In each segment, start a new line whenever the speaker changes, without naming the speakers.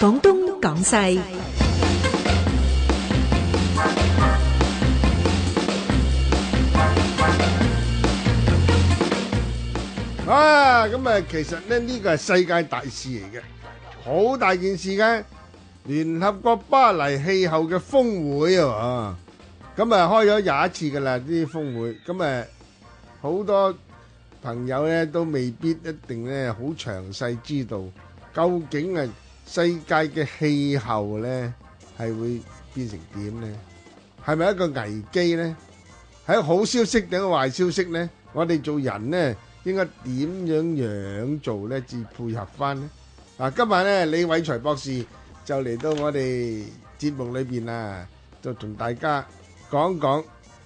廣東廣西
啊，咁啊，其實咧呢個係世界大事嚟嘅，好大件事嘅。聯合國巴黎氣候嘅峰會啊，咁啊開咗廿一次噶啦呢啲峰會，咁啊好多朋友咧都未必一定咧好詳細知道究竟啊世界嘅氣候咧係會變成點咧？係咪一個危機咧？係一個好消息定係壞消息咧？我哋做人咧應該點樣樣做咧，至配合翻咧？啊，今晚咧李偉才博士就嚟到我哋節目裏邊啦，就同大家講講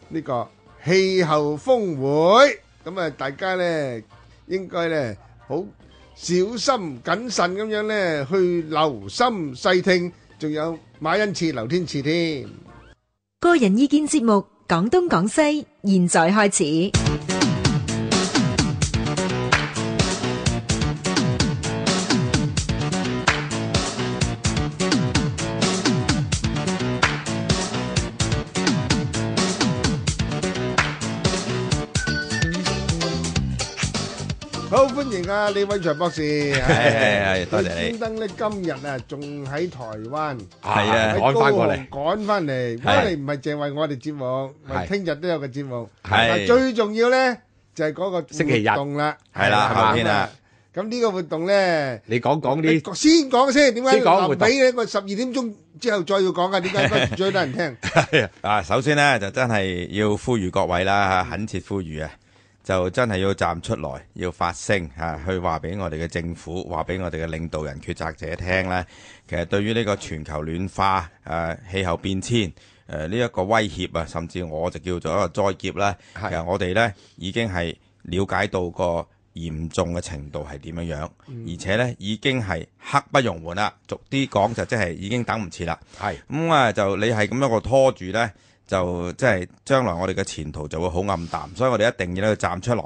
呢個氣候峰會。咁啊，大家咧應該咧好小心謹慎咁樣咧去留心細聽，仲有馬恩賜、劉天賜添。
個人意見節目《廣東廣西》，現在開始。
好歡迎啊，李偉才博士。
係係多謝你
佢專登咧，今日啊，仲喺台灣，
係啊
喺
趕返過嚟
高雄趕翻嚟，翻嚟唔係淨為我哋節目，
係
係聽日都有個節目。
係
但最重要咧，就係嗰個
星期日
活動啦，
係啦
係嘛
後天啊。
咁呢個活動咧，
你講講
你
啲
先講先，點解
先講活動
臨尾咧？我十二點鐘之後再要講啊？點解不最 多人聽？
啊，首先咧就真係要呼籲各位啦嚇，懇切呼籲啊，就真係要站出來，要發聲嚇、啊去話俾我哋嘅政府，話俾我哋嘅領導人、決策者聽咧。其實對於呢個全球暖化、誒、氣候變遷、誒呢一個威脅啊，甚至我就叫做一個災劫啦。其
係
實我哋咧已經係了解到個嚴重嘅程度係點樣樣，而且咧已經係刻不容緩啦。逐啲講就即係已經等唔切啦。
係
咁啊，就你係咁樣個拖住咧，就即係將來我哋嘅前途就會好暗淡，所以我哋一定要咧站出來，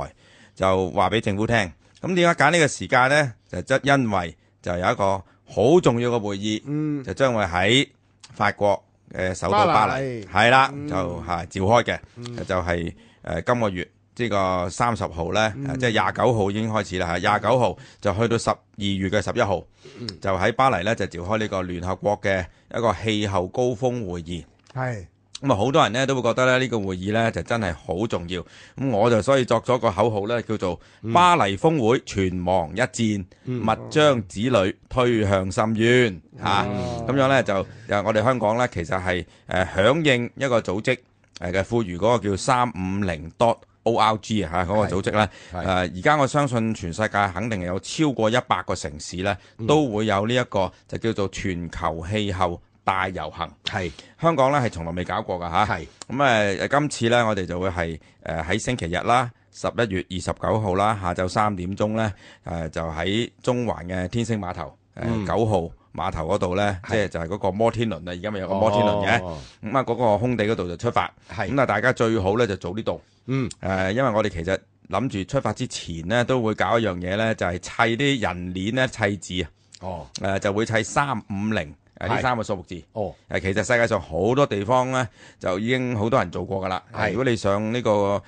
就話俾政府聽。咁點解揀呢個時間咧？就即因為就有一個好重要嘅會議，
嗯，
就將會喺法國嘅首都巴
巴
黎
黎，
係啦，
嗯
就嚇召開嘅，就係誒今個月呢個三十號咧，
嗯
即係廿九號已經開始啦嚇，廿九號就去到十二月嘅十一號，
嗯
就喺巴黎咧就召開呢個聯合國嘅一個氣候高峰會議。
係
咁啊，好多人咧都會覺得咧呢個會議咧就真係好重要。咁我就所以作咗個口號咧，叫做
嗯
巴黎峰會全亡一戰，勿將子女推向深淵
嗯
嚇。咁樣咧就誒，我哋香港咧其實係誒響應一個組織誒嘅呼籲，嗰個叫三五零 dot。O.R.G. 啊，嗰個組織咧，誒
係
而家我相信全世界肯定有超過一百個城市咧，
嗯
都會有呢一個就叫做全球氣候大遊行。
係
香港咧係從來未搞過㗎吓。
係
咁誒，今次咧我哋就會係誒喺星期日啦，十一月二十九號啦，下晝三點鐘咧，誒、就喺中環嘅天星碼頭
嗯
誒九、號碼頭嗰度咧，即係就係嗰個摩天輪啊，而家咪有個摩天輪嘅，咁
哦
啊嗰個空地嗰度就出發，
係
咁啊大家最好咧就早啲到，
嗯
誒、因為我哋其實諗住出發之前咧都會搞一樣嘢咧，就係、砌啲人鏈咧砌字啊，
哦
誒、就會砌三五零誒呢
係
三個數目字。
哦
誒，其實世界上好多地方咧，就已經好多人做過噶啦。
係
如果你上呢、個誒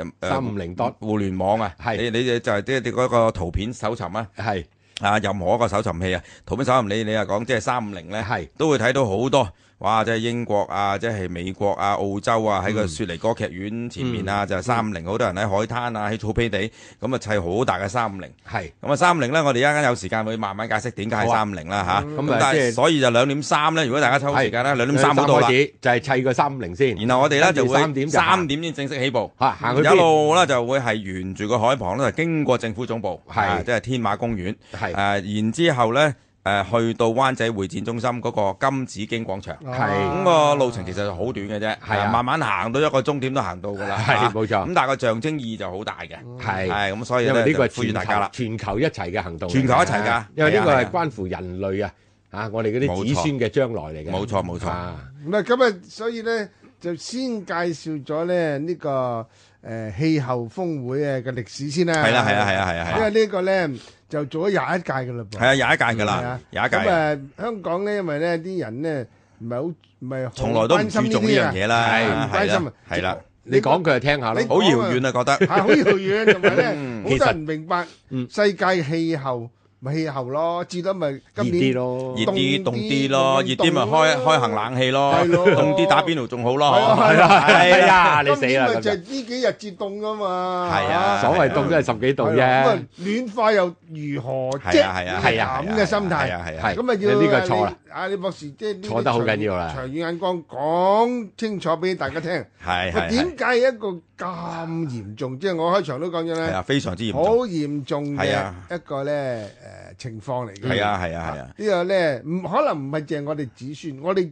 誒
350 dot
互聯網啊，你
係
你就就係即係你嗰個圖片搜尋啊，
係
啊任何一個搜尋器啊，圖片搜尋你你又講即係三五零咧，
係
都會睇到好多。哇！即係英國啊，即係美國啊、澳洲啊，
嗯
喺個雪梨歌劇院前面啊，就係三五零，好多人喺海灘啊，喺草皮地咁啊砌好大嘅三五零。
係
咁啊，三五零咧，我哋一間有時間會慢慢解釋點解係
好啊
三五零啦吓，
咁
咁
啊
但
即
係
係
所以就兩點三咧，如果大家抽時間咧，兩點三嗰度啦
開。始就係砌個三零先，
然後我哋咧就會
三點就
三
行
點先正式起步，
嚇行去
一
邊
路咧就會係沿住個海旁咧，就經過政府總部，
係
啊即係天馬公園，
係
誒，然之後咧誒去到灣仔會展中心嗰個金紫荊廣場，咁個路程其實就好短嘅啫，
係啊
慢慢行到一個終點都行到㗎啦，
係
啊
冇錯
咁但係個象徵意義就好大嘅，
係。
係咁，所以
因
咧
為呢個
就呼籲
係
大家啦，
全球全球一齊嘅行動嚟㗎，
全球一齊㗎
因為呢個
係啊係啊
係關乎人類啊，啊，我哋嗰
冇錯
啲子孫嘅將來嚟嘅。
冇錯冇錯
啊
唔係咁啊，所以咧就先介紹咗咧呢個誒氣候峰會嘅嘅歷史先啦。
係啦係啦係啦係啦係啦啊
因為呢個咧就做咗廿一屆噶啦噃。
係啊，廿一屆㗎
係啊
啦，廿一屆
咁誒，香港咧，因為咧啲人咧唔係好唔係好
從來都唔
關心啊
注重呢樣嘢啦，
係唔
係
關心啊
啦，係啦，
你講佢就聽下咯
你。
好遙遠啊，覺得
係好遙遠，同埋咧
嗯
好
其實
多人唔明白
嗯
世界氣候咪氣候咯，至多咪
熱
今
啲
年
咯，
熱
凍
啲
啲
凍啲咯，
凍
熱啲咪開
凍咯
開行冷氣咯，
係咯
凍啲打邊爐仲好咯，
係啊
係
係啊係
啊，
啊，你
今
死
年
啦
咪
咁
就係
就。
呢幾日至凍噶嘛，
係啊
所謂凍都係十幾度
係
啫，
啦咁啊暖化又如何啫？
係啊係啊
係啊
咁嘅心
係
態。
啊係啊
係
咁啊要
呢個錯啦，
啊李博士即係呢啲
錯得好緊要啦
長遠眼光講清楚俾大家聽。
係啊
喂
係係
點解一個咁嚴重？即係我開場都講咗
係
咧
啊，，非常之嚴
好
重，
嚴重
係
嘅
啊
一個咧誒情況嚟嘅。
係啊係啊係啊，
呢個咧唔可能唔係淨係我哋子孫，我哋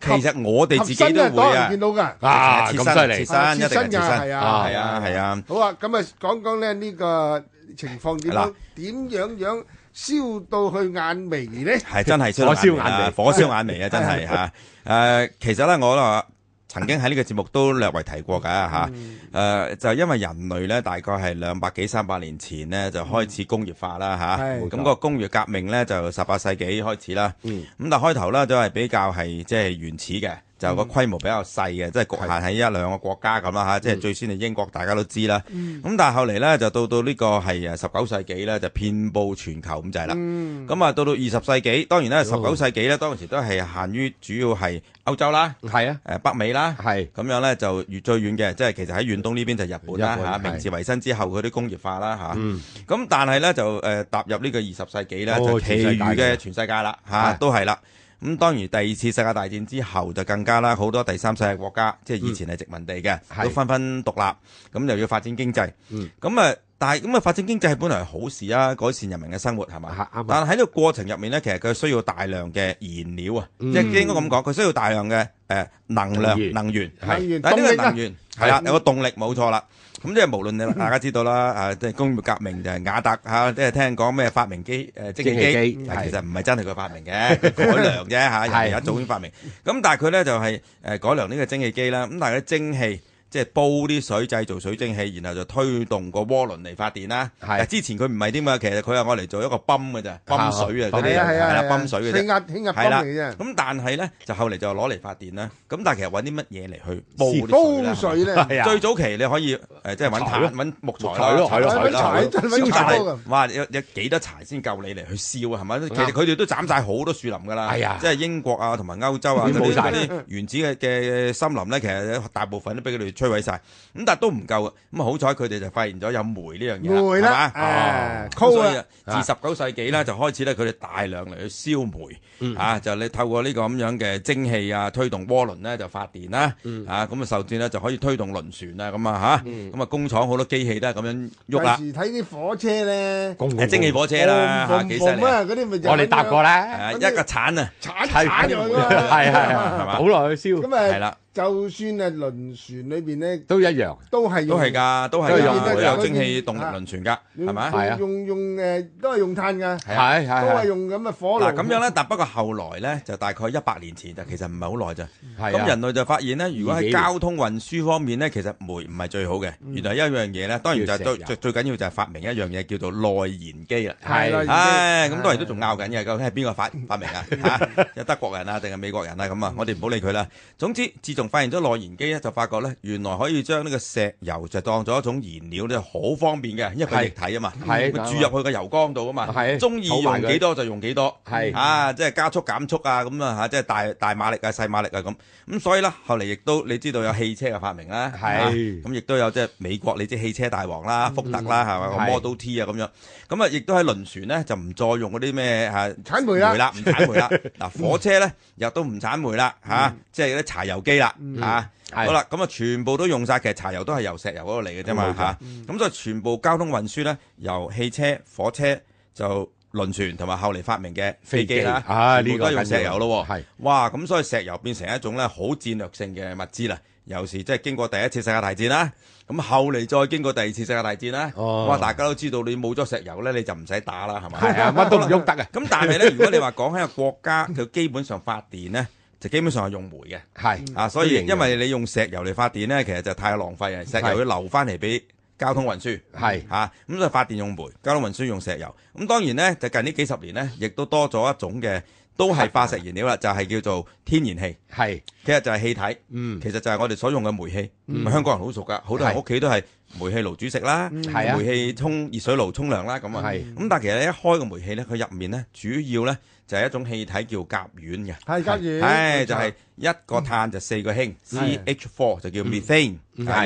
其實我哋自己
合
都
身都係
會
多人
啊
見。到㗎。
啊
切
咁
身
犀
切，
利
身一定
切身
係切
㗎，
身
係
啊
啊，
係啊係啊，
好啊，咁啊講講咧呢個情況點樣
嗱
點樣樣燒到去眼眉咧？
係真係
火燒
燒到
眼眉
啊火燒眼眉啊，真係嚇。誒，其實咧，我咧曾經喺呢個節目都略為提過㗎嚇。
嗯
誒，就因為人類咧，大概係兩百幾三百年前咧
嗯
就開始工業化啦嚇。
係冇錯
咁個工業革命咧就十八世紀開始啦。
嗯
咁但係開頭咧都係比較係即係原始嘅，就
嗯
個規模比較細嘅，即係局限喺一兩個國家咁啦嚇。即
嗯
係最先係英國，大家都知啦。咁但係後嚟咧就到到呢個係誒十九世紀咧就遍佈全球咁滯啦。
嗯，
咁啊，到到二十世紀，當然咧，十
哦
九世紀咧，當時都係限於主要係歐洲啦、
係啊，
誒北美啦，
係
咁樣咧就越最遠嘅，即係其實喺遠東呢邊就日本啦
日本
嚇，
係
明治維新之後佢啲工業化啦
嗯
嚇，咁但係咧就誒踏入呢個二十世紀咧，
哦
就其
全世
餘
界
嘅
嘅
全世界啦嚇
係，
都係啦。咁當然第二次世界大戰之後就更加啦，好多第三世界國家即係以前係殖民地嘅，
係
都紛紛獨立，咁又要發展經濟
嗯，
咁啊但係咁啊發展經濟係本來係好事啊，改善人民嘅生活係嘛。
啊啱啊，
但係喺呢個過程入面咧，其實佢需要大量嘅燃料啊，
嗯
即係應該咁講，佢需要大量嘅誒、呃能
能
量
源
能源。
係
能源
但係呢個
動力啊
能源係啦，有個動力冇錯啦。咁即係無論你大家知道啦，啊即係工業革命就係雅達嚇，即係聽講咩發明機誒蒸汽
蒸汽
機
機，
但
係
其實唔係真係佢發明嘅， 佢改良啫嚇，
係
人哋一早已經發明。咁但係佢咧就係誒改良呢個蒸汽機啦。咁但係佢蒸汽即係煲啲水製造水蒸氣，然後就推動個渦輪嚟發電啦。
係
但係之前佢唔係添嘛，其實佢係我嚟做一個泵嘅咋，泵水啊嗰啲
係啊係啊，
係啦
係，啊
泵水嘅啫
氣。壓氣壓泵
係啦
嚟嘅啫。
咁但係咧，就後嚟就攞嚟發電啦。咁但係其實揾啲乜嘢嚟去煲
是
啲水
煲
咧？
水咧，
係啊，
最早期你可以呃誒，即係揾
柴
炭、
咯
揾木材
係咯係咯
係
係
咯
咯
柴
係
真係
咯，
揾
燒
柴
柴
咯
哇！有有幾多柴先夠你嚟去燒啊？係咪？其實佢哋都斬晒好多樹林㗎啦。
係啊
即係英國啊，同埋歐洲啊
已
嗰
經
啲
冇晒
嗰啲原始嘅嘅森林咧，其實大部分都俾佢哋摧毀晒。咁但係都唔夠啊。咁啊，好彩佢哋就發現咗有煤呢樣嘢
煤
啦，係嘛
啦，？誒，
咁
高
所以
啊
啊，自十九世紀咧就開始咧，佢哋大量嚟去燒煤、啊，就你透過呢個咁樣嘅蒸汽啊，推動渦輪咧就發電啦，啊咁啊受電咧就可以推動輪船啊咁啊嚇，咁啊工廠好多機器都係咁樣喐啦
第，時睇啲火車咧，
公
誒蒸汽火車啦嚇，幾犀利啊！
啊！嗰啲咪就
我哋搭過啦，
啊一個鏟啊，
鏟
係
鏟咗㗎嘛
係
À.
係
係嘛
好耐去燒
咁啊，
係啦，
就算係輪船裏邊咧，
都一樣，
都係
都
用
係㗎，都係
都係
㗎
用
會有
嗰啲
蒸汽動力輪船㗎，
用
係咪？
係啊
用用誒都係用碳㗎，
係啊
係係
都係
係
用咁嘅火
嗱
爐。
咁樣咧，但不過後來咧就大概一百年前就其實唔係好耐咋。
係
咁
啊，
人類就發現咧，如果
二幾
喺
年嗯
交通運輸方面咧，其實煤唔係最好嘅。原來一樣嘢咧，當然就係
要石
最
油
最最緊要就係發明一樣嘢叫做內燃機啦。
係啦
係
已經
唉，咁當然都仲拗緊嘅，究竟係邊個發發明 啊？嚇，有德國人啊，定係美國人啊？咁啊，
嗯
我哋唔好理佢啦。總之，自從發現咗內燃機咧，就發覺咧，原來可以將呢個石油就當咗一種燃料咧，好方便嘅，因為佢液體啊嘛，
係
佢注入去個油缸度啊嘛，
係
中意
儲埋
用
佢
幾多就用幾多。
係
啊，即係加速減速啊，咁啊嚇，即係大大馬力啊、細馬力啊咁。咁所以咧，後嚟亦都你知道有汽車嘅發明啦，
係
啊咁亦都有即係美國你知汽車大王啦、福特啦，係咪
嗯係
個 Model T 啊咁樣。咁啊，亦都喺輪船咧就唔再用嗰啲咩嚇
產煤啦
煤啦，唔產 煤啦。嗱，火車咧又都唔產煤啦，
嗯
嚇，即係嗰啲柴油機啦，嚇。
係
好啦，咁啊，全部都用晒，其實柴油都係由石油嗰度嚟嘅啫嘛
冇錯嗯
嚇。咁所以全部交通運輸咧，由汽車、火車就輪船同埋後嚟發明嘅飛機啦，
啊
全
呢
部都
個
係用石油咯喎。
係
哇！咁所以石油變成一種咧好戰略性嘅物資啦。尤其是即係經過第一次世界大戰啦，咁後嚟再經過第二次世界大戰啦，
哦
哇！大家都知道你冇咗石油咧，你就唔使打啦，係咪？
係啊，乜都唔喐得啊，
咁但 係咧，如果你話講喺個國家，佢基本上發電咧，就基本上係用煤嘅。
係
啊，所
嗯都
以
仍然
因為你用石油嚟發電咧，其實就太浪費啊！石油要留翻嚟俾交通運輸。
係
嚇，咁所以發電用煤，交通運輸用石油。咁當然咧，就近呢幾十年咧，亦都多咗一種嘅，都係化石燃料啦，就係、叫做天然氣，
係
其實就係氣體，
嗯
其實就係我哋所用嘅煤氣。香港人好熟噶，好多人
係
屋企都係煤氣爐煮食啦，
係啊
煤氣沖熱水爐沖涼啦咁啊。
係
咁但係其實你一開個煤氣咧，佢入面咧主要咧就係一種氣體叫甲烷嘅。
係加完，
係就係一個碳就四個氫，CH4 就叫 methane，係。